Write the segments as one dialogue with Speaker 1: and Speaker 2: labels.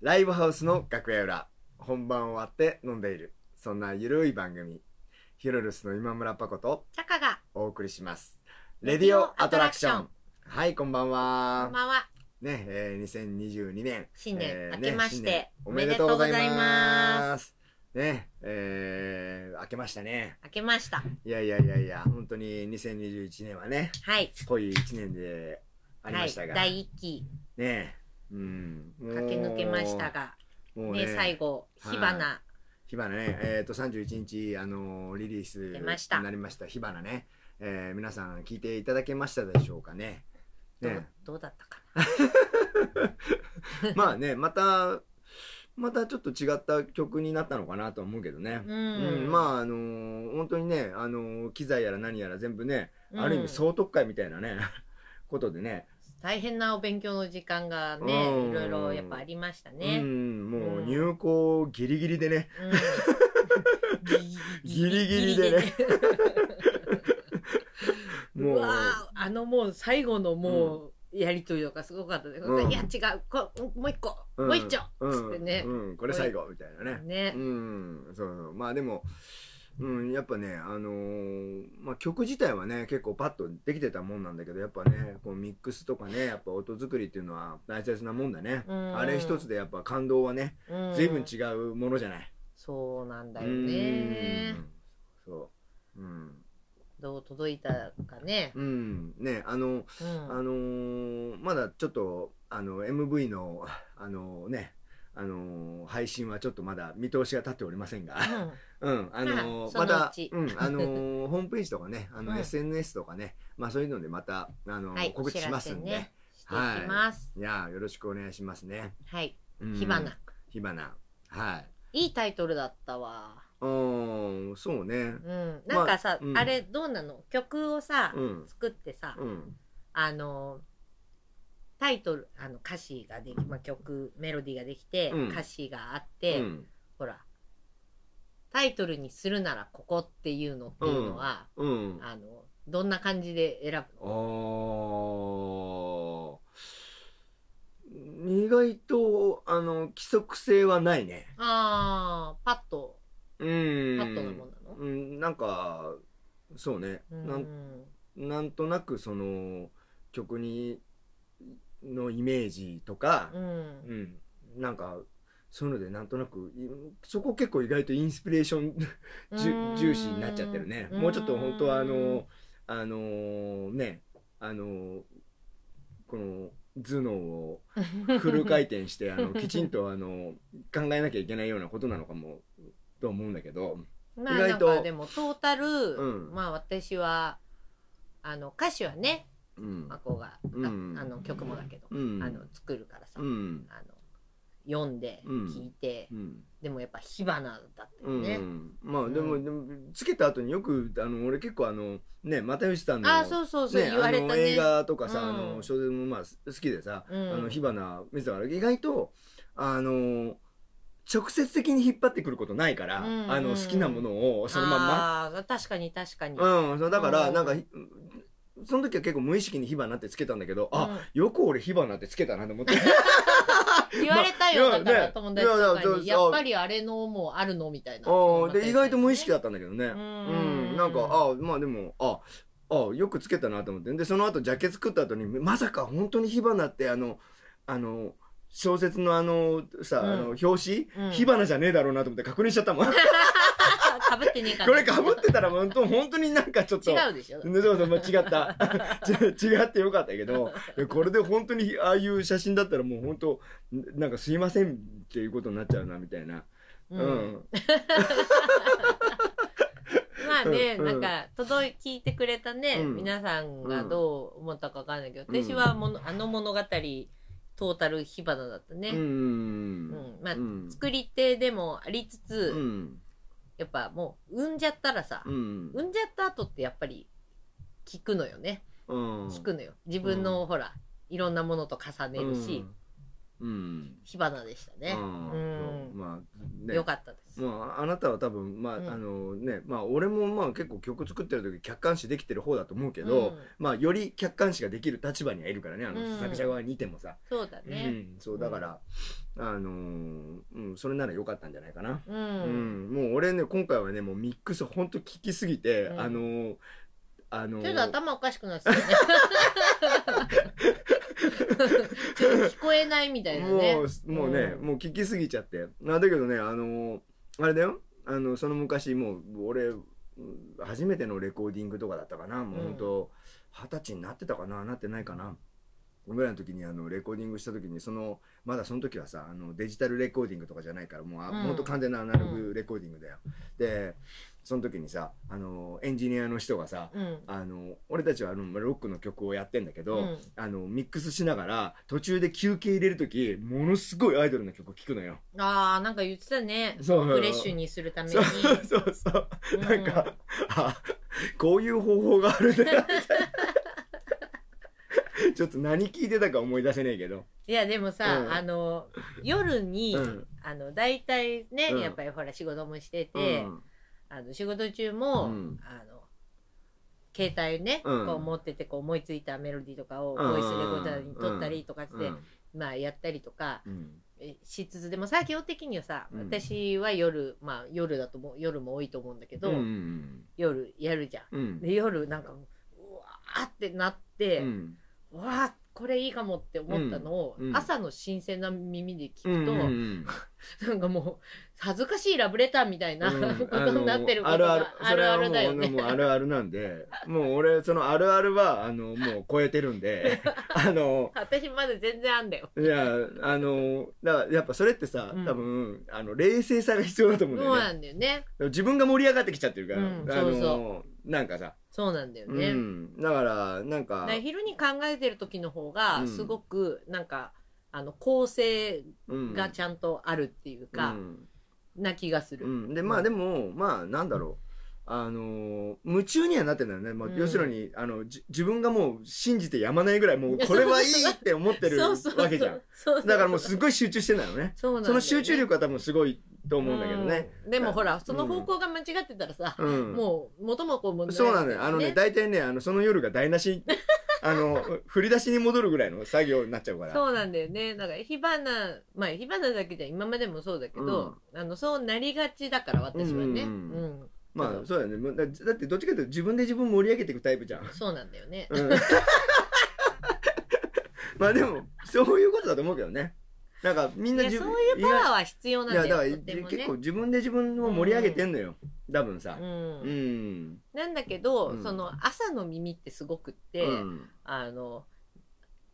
Speaker 1: ライブハウスの楽屋裏本番終わって飲んでいるそんなゆるい番組ヒロルスの今村パコと
Speaker 2: チャカが、
Speaker 1: お送りしますレディオアトラクションはいこんばん
Speaker 2: こ
Speaker 1: は
Speaker 2: んばんは。
Speaker 1: ねえー、2022年
Speaker 2: 新年
Speaker 1: えー
Speaker 2: 明けまして
Speaker 1: 新年お
Speaker 2: お
Speaker 1: め
Speaker 2: め
Speaker 1: で
Speaker 2: で
Speaker 1: と
Speaker 2: と
Speaker 1: うご
Speaker 2: うご
Speaker 1: ざ
Speaker 2: ざ
Speaker 1: い
Speaker 2: い
Speaker 1: ま
Speaker 2: ます
Speaker 1: ねえー、明けましたね
Speaker 2: 明けました。
Speaker 1: いやいやいやいや本当に2021年はね
Speaker 2: はい。
Speaker 1: 濃い1年でありましたが、
Speaker 2: はい、第一期
Speaker 1: ねえうん
Speaker 2: 駆け抜けましたが、
Speaker 1: もうもう
Speaker 2: ね、最後、
Speaker 1: はい
Speaker 2: 火花、
Speaker 1: 火花ね、えっ、と31日あのーリリース
Speaker 2: 出ました
Speaker 1: になりました火花ね、えー皆さん聞いていただけましたでしょうかね。
Speaker 2: どう
Speaker 1: ね
Speaker 2: どうだったか
Speaker 1: まあねまたまたちょっと違った曲になったのかなとは思うけどね。
Speaker 2: な。う
Speaker 1: うんまああのー本当にねあのー機材やら何やら全部ね、ある意味
Speaker 2: うん
Speaker 1: 総特会みたいなね ことでね
Speaker 2: 大変なお勉強の時間が
Speaker 1: うん
Speaker 2: ね、いろいろやっぱありました
Speaker 1: う
Speaker 2: ね。
Speaker 1: んもう
Speaker 2: うん
Speaker 1: 入校ギリギリでね、
Speaker 2: うん
Speaker 1: ギリギリでね。
Speaker 2: も
Speaker 1: も
Speaker 2: う
Speaker 1: う
Speaker 2: わああのもう最後のもうやりとりとかすごかったね、
Speaker 1: うん
Speaker 2: いや違うこもう一個、
Speaker 1: うん
Speaker 2: もう一丁、
Speaker 1: うん
Speaker 2: つってね、
Speaker 1: うん、これ最後みたいなね。
Speaker 2: ね
Speaker 1: う、ん、そうそうまあでも、うん、やっぱね、あのーまあ、曲自体はね結構パッとできてたもんなんだけどやっぱねこうミックスとかねやっぱ音作りっていうのは大切なもんだね、
Speaker 2: うん
Speaker 1: あれ一つでやっぱ感動はね
Speaker 2: うん
Speaker 1: 随分違うものじゃない。
Speaker 2: そうなんだ
Speaker 1: う
Speaker 2: よね
Speaker 1: んそううん
Speaker 2: どう届いたかね、
Speaker 1: うんねあの
Speaker 2: うん
Speaker 1: あのーまだちょっとあの MV のあのねあのー配信はちょっとまだ見通しが立っておりませんが、うん、あのー
Speaker 2: まあ
Speaker 1: また、
Speaker 2: そのう
Speaker 1: うん、
Speaker 2: ち
Speaker 1: あのー ホームページとかね、あ
Speaker 2: う
Speaker 1: の
Speaker 2: ん
Speaker 1: SNS とかね、まあそういうのでまたあのー
Speaker 2: うん、はい
Speaker 1: 告知しますんで、
Speaker 2: お知らせねしていきます
Speaker 1: いやーよろしくお願いしますね。
Speaker 2: はい、
Speaker 1: うん
Speaker 2: 火花。
Speaker 1: 火花。はい。
Speaker 2: いいタイトルだったわ
Speaker 1: うーん、そうね。
Speaker 2: うんなんかさ、
Speaker 1: まあうん
Speaker 2: あれどうなの曲をさ、
Speaker 1: うん、
Speaker 2: 作ってさ、
Speaker 1: うん、
Speaker 2: あのタイトルあの歌詞ができ、まあ、曲メロディーができて、
Speaker 1: うん
Speaker 2: 歌詞があっ
Speaker 1: う
Speaker 2: て、
Speaker 1: ん、
Speaker 2: ほらタイトルにするならここっていうのっていうのは、
Speaker 1: うん。
Speaker 2: あのどんな感じで選ぶの
Speaker 1: おー意外とあの規則性はないね
Speaker 2: あーパッと
Speaker 1: う
Speaker 2: パ
Speaker 1: ん
Speaker 2: ッとなもんなの、
Speaker 1: うんなんかそうね、
Speaker 2: うん
Speaker 1: なんなんとなくその曲にのイメージとか
Speaker 2: う、ん
Speaker 1: うんなんかそういうのでなんとなくいそこ結構意外とインスピレーションじゅ
Speaker 2: うん
Speaker 1: 重視になっちゃってるねもうちょっと本当はあのあのねあのこの頭脳をフル回転してあの きちんとあの考えなきゃいけないようなことなのかもと思うんだけど
Speaker 2: まあ
Speaker 1: 意
Speaker 2: な
Speaker 1: 外
Speaker 2: ん
Speaker 1: と
Speaker 2: かでもトータル、
Speaker 1: うん
Speaker 2: まあ私はあの歌詞はね
Speaker 1: うん
Speaker 2: まあこうが、あ
Speaker 1: うん
Speaker 2: あの曲もだけど、
Speaker 1: うん
Speaker 2: あの作るからさ、
Speaker 1: うん
Speaker 2: あの読んで
Speaker 1: うん
Speaker 2: 聞いて、
Speaker 1: うん
Speaker 2: でもやっぱ火花だった
Speaker 1: う
Speaker 2: よ
Speaker 1: ん
Speaker 2: ね、
Speaker 1: まあでも,、
Speaker 2: うん
Speaker 1: でもつけた後によくあの俺結構あのね又吉さんの
Speaker 2: ああそうそうそう、
Speaker 1: ね、
Speaker 2: 言われ
Speaker 1: あ
Speaker 2: た
Speaker 1: の
Speaker 2: ね
Speaker 1: 映画とかさ、
Speaker 2: うん
Speaker 1: あの小説もまあ好きでさ、
Speaker 2: うん
Speaker 1: あの火花見てたから意外とあの直接的に引っ張ってくることないから、
Speaker 2: うん
Speaker 1: あの好きなものをそのまんま
Speaker 2: あー確かに確かに、
Speaker 1: うん、そうだから、
Speaker 2: うん
Speaker 1: なんか、その時は結構無意識に火花ってつけたんだけど、
Speaker 2: う
Speaker 1: あ、
Speaker 2: ん
Speaker 1: よく俺火花ってつけたなと思 って。
Speaker 2: 言われたよ、
Speaker 1: まあ
Speaker 2: だから、
Speaker 1: ね
Speaker 2: 友達と
Speaker 1: いや
Speaker 2: か
Speaker 1: いや
Speaker 2: にやっぱりあれのもうあるのみたいな
Speaker 1: あで、意外と無意識
Speaker 2: だ
Speaker 1: だったんだけどね。うんん、なんか、あまあでも、ああよくつけたなと思って。で、その後ジャケ作った後に、まさか本当に火花ってあの、あの、小説のあの、さ、
Speaker 2: うん
Speaker 1: あの、表紙、
Speaker 2: うん
Speaker 1: 火花じゃねえだろうなと思って確認しちゃったもん。こ
Speaker 2: か ぶってねえかな
Speaker 1: れ被ってたら本当、本当になんかちょっと。
Speaker 2: 違うでしょ
Speaker 1: ねそうそう、まあ、違った。 ち違ってよかったけど、いやこれで本当にああいう写真だったらもう本当、んなんかすいませんっていうことになっちゃうな、みたいな。う。
Speaker 2: うんんまあね、
Speaker 1: うん
Speaker 2: なんか届い聞いてくれたね、
Speaker 1: うん
Speaker 2: 皆さんがどう思ったかわかんないけど、
Speaker 1: うん
Speaker 2: 私はものあの物語トータル火花だったね、
Speaker 1: うん。
Speaker 2: うんまあ
Speaker 1: うん
Speaker 2: 作り手でもありつつ、
Speaker 1: うん。
Speaker 2: やっぱもう産んじゃったらさ、
Speaker 1: うん。
Speaker 2: 産んじゃった後ってやっぱり聞くのよね
Speaker 1: うん
Speaker 2: 聞くのよ自分の、ほらいろんなものと重ねるし、
Speaker 1: うん。うん。
Speaker 2: 火花でしたね、
Speaker 1: うん
Speaker 2: うん
Speaker 1: まあ、ね。
Speaker 2: よかったですます。
Speaker 1: まあ、あなたは多分まあ、
Speaker 2: うん
Speaker 1: あのねまあ俺もまあ結構曲作ってる時客観視できてる方だと思うけど、
Speaker 2: うん
Speaker 1: まあより客観視ができる立場にはいるからねあの、
Speaker 2: うん
Speaker 1: 作者側にいてもさ、
Speaker 2: そうだ
Speaker 1: う
Speaker 2: ね。
Speaker 1: ん、そうだから、あのーうん、それなら良かったんじゃないかな、
Speaker 2: う
Speaker 1: うん
Speaker 2: ん。
Speaker 1: もう俺ね今回はねもうミックスほんと聞きすぎて、
Speaker 2: うん
Speaker 1: あのーあのー
Speaker 2: ちょっと頭おかしくなってたね。 ちょっと聞こえないみたいなね。
Speaker 1: もうもうね、
Speaker 2: うん
Speaker 1: もう聞きすぎちゃってなだけどねあのあれだよあのその昔もう俺うん初めてのレコーディングとかだったかなもう本当二十歳になってたかななってないかなぐらいの時にあのレコーディングした時にそのまだその時はさあのデジタルレコーディングとかじゃないからもうあ
Speaker 2: うん
Speaker 1: 本当完全なアナログレコーディングだよ、でその時にさあのエンジニアの人がさ
Speaker 2: うん。
Speaker 1: あの俺たちはあのロックの曲をやってんだけど、
Speaker 2: うん
Speaker 1: あの、ミックスしながら、途中で休憩入れるとき、ものすごいアイドルの曲を聴くのよ。
Speaker 2: ああ、なんか言ってたね。
Speaker 1: そう。
Speaker 2: フレッシュ
Speaker 1: に。
Speaker 2: にするために
Speaker 1: そう。そうそう。
Speaker 2: う
Speaker 1: なんか、あ、こういう方法があるんだな、 みたいな。ちょっと何聞いてたか思い出せねえけど。
Speaker 2: いや、でもさ、
Speaker 1: うん
Speaker 2: あの、夜に、
Speaker 1: うん
Speaker 2: あの、大体ね、
Speaker 1: うん
Speaker 2: やっぱりほら、仕事もしてて、
Speaker 1: うん
Speaker 2: あの、仕事中も、
Speaker 1: うん
Speaker 2: あの、携帯ね、
Speaker 1: うん
Speaker 2: こう持ってて、こう思いついたメロディーとか
Speaker 1: う
Speaker 2: を、
Speaker 1: ん
Speaker 2: ボイスレコーダーに撮ったりとかして、
Speaker 1: うん
Speaker 2: まあ、やったりとか、
Speaker 1: うん
Speaker 2: えしつつ、でもさ、基本的にはさ、
Speaker 1: うん
Speaker 2: 私は夜、まあ、夜だと思う、夜も多いと思うんだけど、
Speaker 1: うん
Speaker 2: 夜やるじゃん。
Speaker 1: うんうん
Speaker 2: で、夜、なんか、うわーってなって、
Speaker 1: うん
Speaker 2: わあこれいいかもって思ったのを、
Speaker 1: うんうん
Speaker 2: 朝の新鮮な耳で聞くと、
Speaker 1: うんうん
Speaker 2: なんかもう恥ずかしいラブレターみたいな
Speaker 1: う
Speaker 2: こ
Speaker 1: ん
Speaker 2: とになってるこ
Speaker 1: あ
Speaker 2: と
Speaker 1: るあ
Speaker 2: が
Speaker 1: る
Speaker 2: あるあるだよ
Speaker 1: それはもうもう
Speaker 2: ね。
Speaker 1: あるあるなんでもう俺そのあるあるはあのもう超えてるん であの
Speaker 2: 私まだ全然あんだよ。
Speaker 1: いや、あの、だからやっぱそれってさ、
Speaker 2: うん
Speaker 1: 多分、あの、冷静さが必要だと思
Speaker 2: そううん
Speaker 1: だよ
Speaker 2: な
Speaker 1: ね。
Speaker 2: んだよね。
Speaker 1: 自分が盛り上がってきちゃってるから、
Speaker 2: うん
Speaker 1: あの
Speaker 2: そうそ
Speaker 1: なんかさ、
Speaker 2: そうなんだよ
Speaker 1: う
Speaker 2: ね。
Speaker 1: ん。だから、なん
Speaker 2: だ
Speaker 1: か
Speaker 2: から、昼に考えてる時の方が
Speaker 1: うん
Speaker 2: すごくなんか、あの構成
Speaker 1: うん
Speaker 2: がちゃんとあるっていう
Speaker 1: う
Speaker 2: か、
Speaker 1: ん
Speaker 2: な気がする。
Speaker 1: うんで、まあでも、まあ、なんだろう。あの夢中にはなってんだよね、まあ
Speaker 2: うん
Speaker 1: 要するにあのじ自分がもう信じてやまないぐらいもうこれはいいって思ってる
Speaker 2: そうそうそう
Speaker 1: わけじゃん
Speaker 2: そうそう
Speaker 1: だからもうすごい集中してんだよね
Speaker 2: そうなんだ
Speaker 1: そ
Speaker 2: よ
Speaker 1: の
Speaker 2: ね
Speaker 1: 集中力は多分すごいと思うんだけどね、
Speaker 2: うんでもほらその方向が間違ってたらさ、
Speaker 1: うん、
Speaker 2: もう元も子もない
Speaker 1: そうなのよ。あのね、大体ね、あの、その夜が台無 し、あの、振り出しに戻るぐらいの作業になっちゃうから。
Speaker 2: そうなんだよねだから火花まあ火花だけじゃ今までもそうだけど、あのそうなりがちだから私はね、
Speaker 1: う
Speaker 2: うんん
Speaker 1: うまあ、そうだよねもう。だだって、どっちかというと自分で自分盛り上げていくタイプじゃん。
Speaker 2: そうなんだよね、
Speaker 1: うん まあでも、そういうことだと思うけどね。なんか、みん
Speaker 2: い
Speaker 1: な
Speaker 2: や
Speaker 1: 自
Speaker 2: そう
Speaker 1: 分、
Speaker 2: いうパワーは必要なん
Speaker 1: い
Speaker 2: だ
Speaker 1: や、
Speaker 2: よ
Speaker 1: いやだから、
Speaker 2: とてもね
Speaker 1: 結構自分で自分を盛り上げてんのよ。多分さ
Speaker 2: う。
Speaker 1: うんん。
Speaker 2: なんだけど、
Speaker 1: うん
Speaker 2: その朝の耳ってすごくって、
Speaker 1: うん
Speaker 2: あの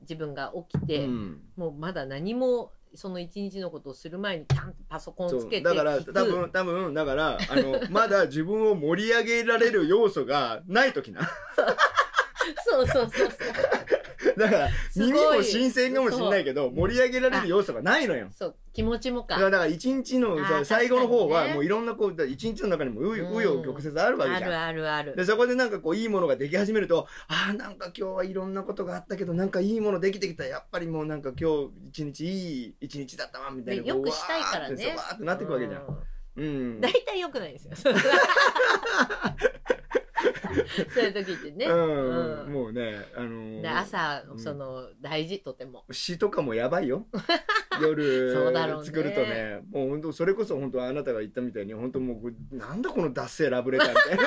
Speaker 2: 自分が起きて、
Speaker 1: うん
Speaker 2: もうまだ何もその一日のことをする前にちゃんとパソコン
Speaker 1: そ
Speaker 2: つ
Speaker 1: う
Speaker 2: けて
Speaker 1: だから
Speaker 2: 聞く
Speaker 1: 多分多分だからあのまだ自分を盛り上げられる要素がない時な
Speaker 2: そうそうそうそう
Speaker 1: だから
Speaker 2: すごい
Speaker 1: 耳も新鮮かもしれないけど
Speaker 2: そう
Speaker 1: 盛り上げられる要素がないのよ
Speaker 2: そう気持ちも
Speaker 1: だ
Speaker 2: か
Speaker 1: からだから一日の
Speaker 2: あ
Speaker 1: さ
Speaker 2: ー
Speaker 1: 最後の方
Speaker 2: 確かに
Speaker 1: は
Speaker 2: ね
Speaker 1: もういろんなこうだから一日の中にもう
Speaker 2: うん
Speaker 1: 紆余曲折あるわけ
Speaker 2: あ
Speaker 1: じゃん
Speaker 2: るあるある
Speaker 1: でそこでなんかこういいものができ始めるとああなんか今日はいろんなことがあったけどなんかいいものできてきたやっぱりもうなんか今日一日いい一日だったわみたいな
Speaker 2: で
Speaker 1: こう
Speaker 2: よくしたいから
Speaker 1: わ
Speaker 2: ね
Speaker 1: ーってそうわーってなってくわけじゃん
Speaker 2: う
Speaker 1: うん
Speaker 2: 大体良くないんですよ。 そういう時ってね。
Speaker 1: うん
Speaker 2: うん
Speaker 1: もうね、あのー
Speaker 2: で朝
Speaker 1: う、ん
Speaker 2: その、大事とても。
Speaker 1: 詩とかもやば いよ夜
Speaker 2: そうだろうね
Speaker 1: 作るとねもう本当それこそ本当あなたが言ったみたいに本当もうこれなんだこのダセーラブレターみ たいな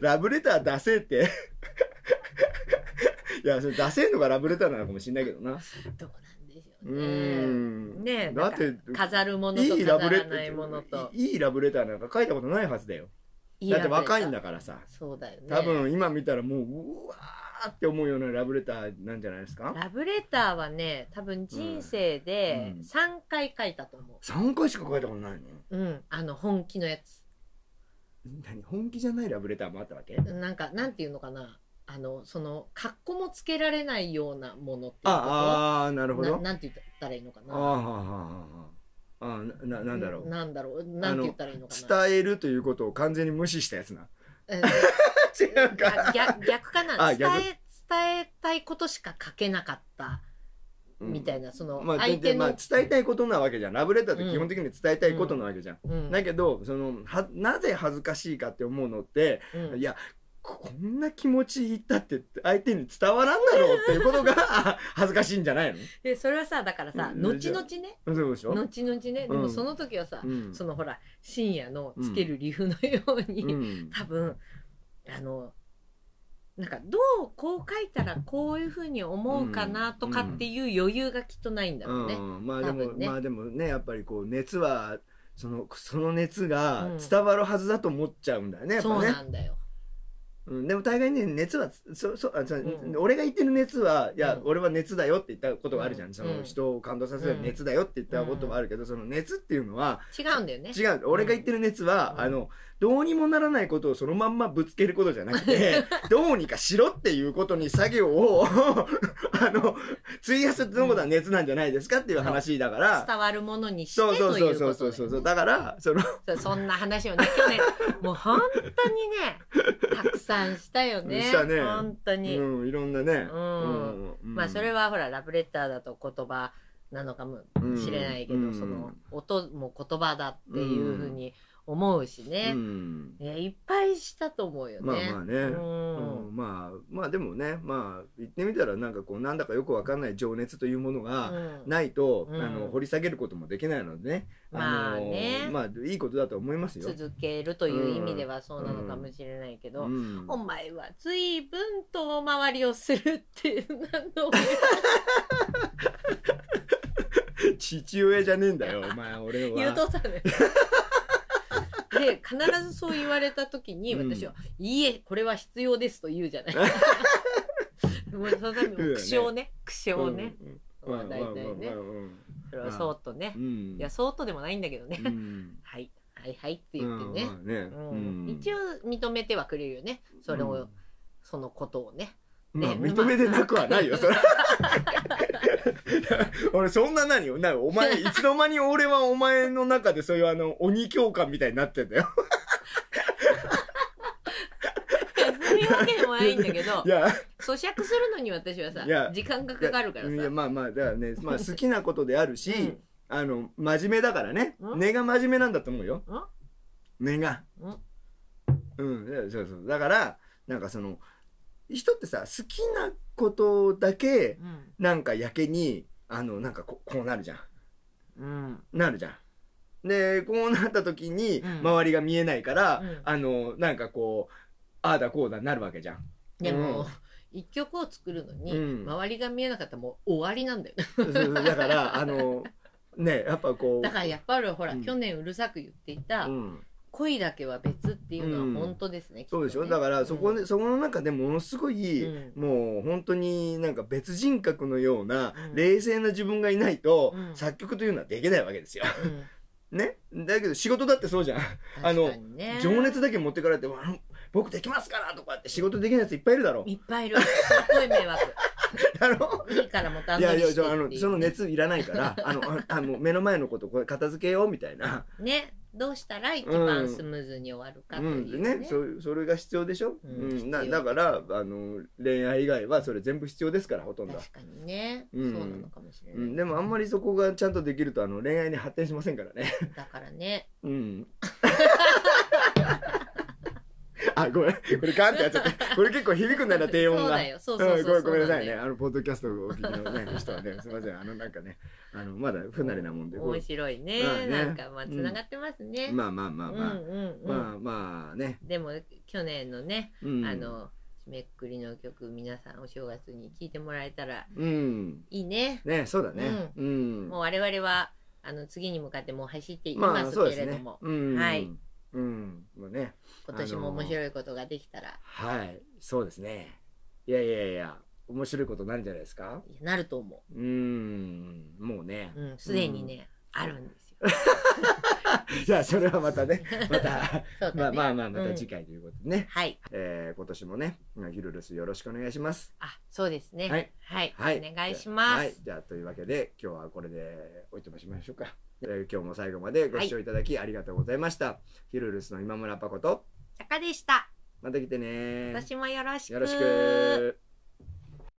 Speaker 1: ラブレターダセーっていやそれダセーのがラブレターなのかもしれないけどな
Speaker 2: どうなんでしょ
Speaker 1: う
Speaker 2: うね。
Speaker 1: ん
Speaker 2: ねえ、
Speaker 1: だ
Speaker 2: だ
Speaker 1: っ
Speaker 2: ってて、飾るものと
Speaker 1: いいラブ
Speaker 2: 飾
Speaker 1: レ
Speaker 2: ら
Speaker 1: タ
Speaker 2: ないもの
Speaker 1: ー
Speaker 2: と。
Speaker 1: いいラブレターなんか書いたことないはずだよ
Speaker 2: いい
Speaker 1: だって若いん
Speaker 2: ラ
Speaker 1: だからさ
Speaker 2: ブレター。そうだよね。
Speaker 1: 多分今見たらもううわーって思うようなラブレターなんじゃないですか
Speaker 2: ラブレターはね、多分人生で
Speaker 1: うん
Speaker 2: 3回書いたと思
Speaker 1: 3回しか書いたことないの
Speaker 2: う。うん。あの、本気のやつ。
Speaker 1: 何本気じゃないラブレターもあったわけ
Speaker 2: なんか、なんていうのかな。あの、その、格好もつけられないようなものっていうこと。
Speaker 1: ああーなるほど
Speaker 2: ななんて言ったらいいのか
Speaker 1: あー
Speaker 2: な。
Speaker 1: はあはあはああーなななんだろう
Speaker 2: なんだろう。なんて言ったらいいのかな。
Speaker 1: 伝えるということを完全に無視したやつな
Speaker 2: うん
Speaker 1: 違うか
Speaker 2: 逆逆かな。
Speaker 1: あ
Speaker 2: 伝
Speaker 1: 逆
Speaker 2: え、伝えたいことしか書けなかった
Speaker 1: うん
Speaker 2: みたいなその
Speaker 1: まあ、
Speaker 2: 相
Speaker 1: 相
Speaker 2: 手
Speaker 1: 手
Speaker 2: の、
Speaker 1: まあ伝えたいことなわけじゃんラブレターって基本的に伝えたいことなわけじゃん、
Speaker 2: うん
Speaker 1: だけどそのはなぜ恥ずかしいかって思うのって、
Speaker 2: うん
Speaker 1: いやこんな気持ち言ったって相手に伝わらんだろうっていうことが 恥ずかしいんじゃないの
Speaker 2: でそれはさだからさ
Speaker 1: うん
Speaker 2: 後々ね
Speaker 1: そうでしょ、
Speaker 2: 後々ねで
Speaker 1: う
Speaker 2: も
Speaker 1: ん
Speaker 2: その時はさ、
Speaker 1: うん
Speaker 2: そのほら深夜のつける理由のように、
Speaker 1: うん
Speaker 2: 多分あのなんかどうこう書いたらこういうふうに思うかなとかっていう余裕がきっとないんだろうね。
Speaker 1: うん、まあで
Speaker 2: 多
Speaker 1: も、
Speaker 2: 分ね
Speaker 1: まあでもねやっぱりこう熱はその その熱が
Speaker 2: うん
Speaker 1: 伝わるはずだと思っちゃうんだよね、やっ
Speaker 2: そ
Speaker 1: ぱ
Speaker 2: う
Speaker 1: ね
Speaker 2: なんだよ。
Speaker 1: うん、でも大概ね熱はそそあそ、
Speaker 2: ん
Speaker 1: 俺が言ってる熱はいや、
Speaker 2: うん
Speaker 1: 俺は熱だよって言ったことがあるじゃん、
Speaker 2: うん
Speaker 1: そうの
Speaker 2: ん
Speaker 1: 人を感動させる熱だよって言ったこともあるけど、その熱っていうのは
Speaker 2: 違うんだよね。
Speaker 1: 違う俺が言ってる熱は、
Speaker 2: うん
Speaker 1: あのどうにもならないことをそのまんまぶつけることじゃなくて どうにかしろっていうことに作業を あの費やすってことは熱なんじゃないですかっていう話だから、
Speaker 2: 伝わるものにして
Speaker 1: そうそ
Speaker 2: と
Speaker 1: う
Speaker 2: いう
Speaker 1: そ
Speaker 2: こ
Speaker 1: う
Speaker 2: と
Speaker 1: そう
Speaker 2: だ
Speaker 1: そう
Speaker 2: よ
Speaker 1: そう
Speaker 2: ね
Speaker 1: だからその
Speaker 2: そうそんな話をね去年もう本当にねたくさんしたよね
Speaker 1: したね
Speaker 2: 本当に、
Speaker 1: うんいろんなね、
Speaker 2: うん
Speaker 1: うん
Speaker 2: まあそれ
Speaker 1: は
Speaker 2: はほらラブレターだと言葉なのかもしれないけど、
Speaker 1: うん
Speaker 2: その音も言葉だっていうふうに思うしね、
Speaker 1: うん
Speaker 2: いやいっぱいしたと思うよね。
Speaker 1: まあまあね、
Speaker 2: う
Speaker 1: うん
Speaker 2: ん
Speaker 1: まあまあでもねまあ言ってみたらなんかこうなんだかよくわかんない情熱というものが
Speaker 2: うん
Speaker 1: ないと、
Speaker 2: うん
Speaker 1: あの掘り下げることもできないのでね、
Speaker 2: まあ
Speaker 1: の
Speaker 2: ね
Speaker 1: まあいいことだと思いますよ。
Speaker 2: 続けるという意味ではそうなのかもしれないけど、
Speaker 1: うん
Speaker 2: お前は随分遠回りをするって なんの
Speaker 1: 父親じゃねえんだよお前俺は。
Speaker 2: 言うとった のよ。で必ずそう言われた時に
Speaker 1: うん
Speaker 2: 私は「いいえこれは必要です」と言うじ ゃない。もうそのために苦笑ね苦笑ね、
Speaker 1: うん。
Speaker 2: まあ大体ね
Speaker 1: うんうん
Speaker 2: それはそーっとね、
Speaker 1: うんうん。
Speaker 2: いやそうとでもないんだけどね、
Speaker 1: うん
Speaker 2: はいはいはいって言ってね、
Speaker 1: うんまあね
Speaker 2: うん
Speaker 1: うん
Speaker 2: 一応認めてはくれるよねそれを、
Speaker 1: うん
Speaker 2: そのことをね
Speaker 1: まあ
Speaker 2: ね
Speaker 1: 認めてなくはないよ、それは。 俺そんな何よなお 前いつの間に俺はお前の中でそういうあの鬼教官みたいになってんだよ。
Speaker 2: そういうわけでもないんだけど
Speaker 1: いや
Speaker 2: 咀嚼するのに私はさ
Speaker 1: いや
Speaker 2: 時間がかかるから
Speaker 1: いや
Speaker 2: さ
Speaker 1: まあまあだからね、まあ、好きなことであるし、
Speaker 2: うん
Speaker 1: あの真面目だからね
Speaker 2: ん
Speaker 1: 根が真面目なんだと思うよ根が
Speaker 2: ん
Speaker 1: うんそうそうだからなんかその人ってさ好きなことだけ
Speaker 2: うん
Speaker 1: なんかやけにあのなんかここうなるじゃん
Speaker 2: うん
Speaker 1: なるじゃん。でこうなった時に
Speaker 2: うん
Speaker 1: 周りが見えないから、
Speaker 2: うん
Speaker 1: あのなんかこうああだこうだなるわけじゃん。
Speaker 2: でも、
Speaker 1: うん
Speaker 2: 一曲を作るのに、
Speaker 1: うん
Speaker 2: 周りが見えなかったらもう終わりなんだよね
Speaker 1: そうそう だからあのねやっぱこう。
Speaker 2: だからやっぱりほら、
Speaker 1: うん
Speaker 2: 去年うるさく言っていた、
Speaker 1: うん、
Speaker 2: 恋だけは別っていうのは本当ですね、きっと
Speaker 1: そう
Speaker 2: ね
Speaker 1: でしょだからそこ,、
Speaker 2: うん
Speaker 1: そこの中でものすごい、
Speaker 2: う
Speaker 1: もう本当になんか別人格のような
Speaker 2: うん
Speaker 1: 冷静な自分がいないと、
Speaker 2: うん
Speaker 1: 作曲というのはできないわけですよ。
Speaker 2: うん
Speaker 1: ねだけど仕事だってそうじゃん。あの
Speaker 2: 確かにね
Speaker 1: 情熱だけ持ってからってわあ「僕できますから」とかって仕事できないやついっぱいいるだろ
Speaker 2: いっぱいいるすっごい迷惑
Speaker 1: だろ
Speaker 2: いいからもう段
Speaker 1: いや
Speaker 2: 取
Speaker 1: い
Speaker 2: り
Speaker 1: や
Speaker 2: し
Speaker 1: そ
Speaker 2: てっ
Speaker 1: う
Speaker 2: て
Speaker 1: あ
Speaker 2: いう
Speaker 1: のその熱いらないから あのああの目の前のことこれ片付けようみたいな、
Speaker 2: ねどうしたら一番スムーズに終わるか
Speaker 1: う
Speaker 2: とい
Speaker 1: ん
Speaker 2: う
Speaker 1: で
Speaker 2: ね,、
Speaker 1: ね、そうそれが必要でしょ、
Speaker 2: う
Speaker 1: うんん
Speaker 2: 必要
Speaker 1: なだからあの恋愛以外はそれ全部必要ですからほとんど、
Speaker 2: 確かにね、
Speaker 1: うん
Speaker 2: そうなのかもしれ
Speaker 1: う
Speaker 2: ない、
Speaker 1: ん、でもあんまりそこがちゃんとできるとあの恋愛に発展しませんからね
Speaker 2: だからね
Speaker 1: うん あごめんこれガンってやっちゃったこれ結構響くんだよな低音が
Speaker 2: そうだよそう
Speaker 1: う、
Speaker 2: そうん
Speaker 1: ご
Speaker 2: そ
Speaker 1: め
Speaker 2: うん
Speaker 1: ごめんなさいね。
Speaker 2: そう
Speaker 1: あの、ポッドキャストをお聞きの、ね、人はね、すみません。あの、なんかね、あの、まだ不慣れなもんで。
Speaker 2: だよ面白いね、
Speaker 1: まあね
Speaker 2: なんかまあ
Speaker 1: うん
Speaker 2: つながってますね、
Speaker 1: まあまあまあまあ、
Speaker 2: うんうんうん、
Speaker 1: まあまあね。
Speaker 2: でも去年のね、
Speaker 1: うん、
Speaker 2: あ、の締めくくりの曲皆さんお正月に聴いてもらえたら
Speaker 1: うん。
Speaker 2: いいね、
Speaker 1: ね、そうだね。うん。
Speaker 2: もう我々はあの次に向かってもう走っていきますけれども、
Speaker 1: うん。
Speaker 2: はい。
Speaker 1: うん。もうね。
Speaker 2: 今年も面白いことができたら、
Speaker 1: はい。そうですね。いやいやいや、面白いことなんじゃないですか。
Speaker 2: なると思う
Speaker 1: うん。もうね。
Speaker 2: うんすでにね、あるんですよ。
Speaker 1: じゃあ、それはまた ね。また、
Speaker 2: そう
Speaker 1: ま
Speaker 2: だ
Speaker 1: あ
Speaker 2: ね。
Speaker 1: まあまあ、ま
Speaker 2: う
Speaker 1: た
Speaker 2: ん
Speaker 1: 次回ということでね。
Speaker 2: はい。
Speaker 1: えー今年もね、ヒルルスよろしくお願いします。
Speaker 2: あ、そうですね。
Speaker 1: はい。
Speaker 2: はい。
Speaker 1: はい、
Speaker 2: お願いします。
Speaker 1: はい、じゃあというわけで今日はこれでおいとましましょうか、えー今日も最後までご視聴いただきありがとうございました、ヒルルスの今村パコと
Speaker 2: 坂でした。
Speaker 1: また来てね
Speaker 2: 今年もよろしく。
Speaker 1: よろしく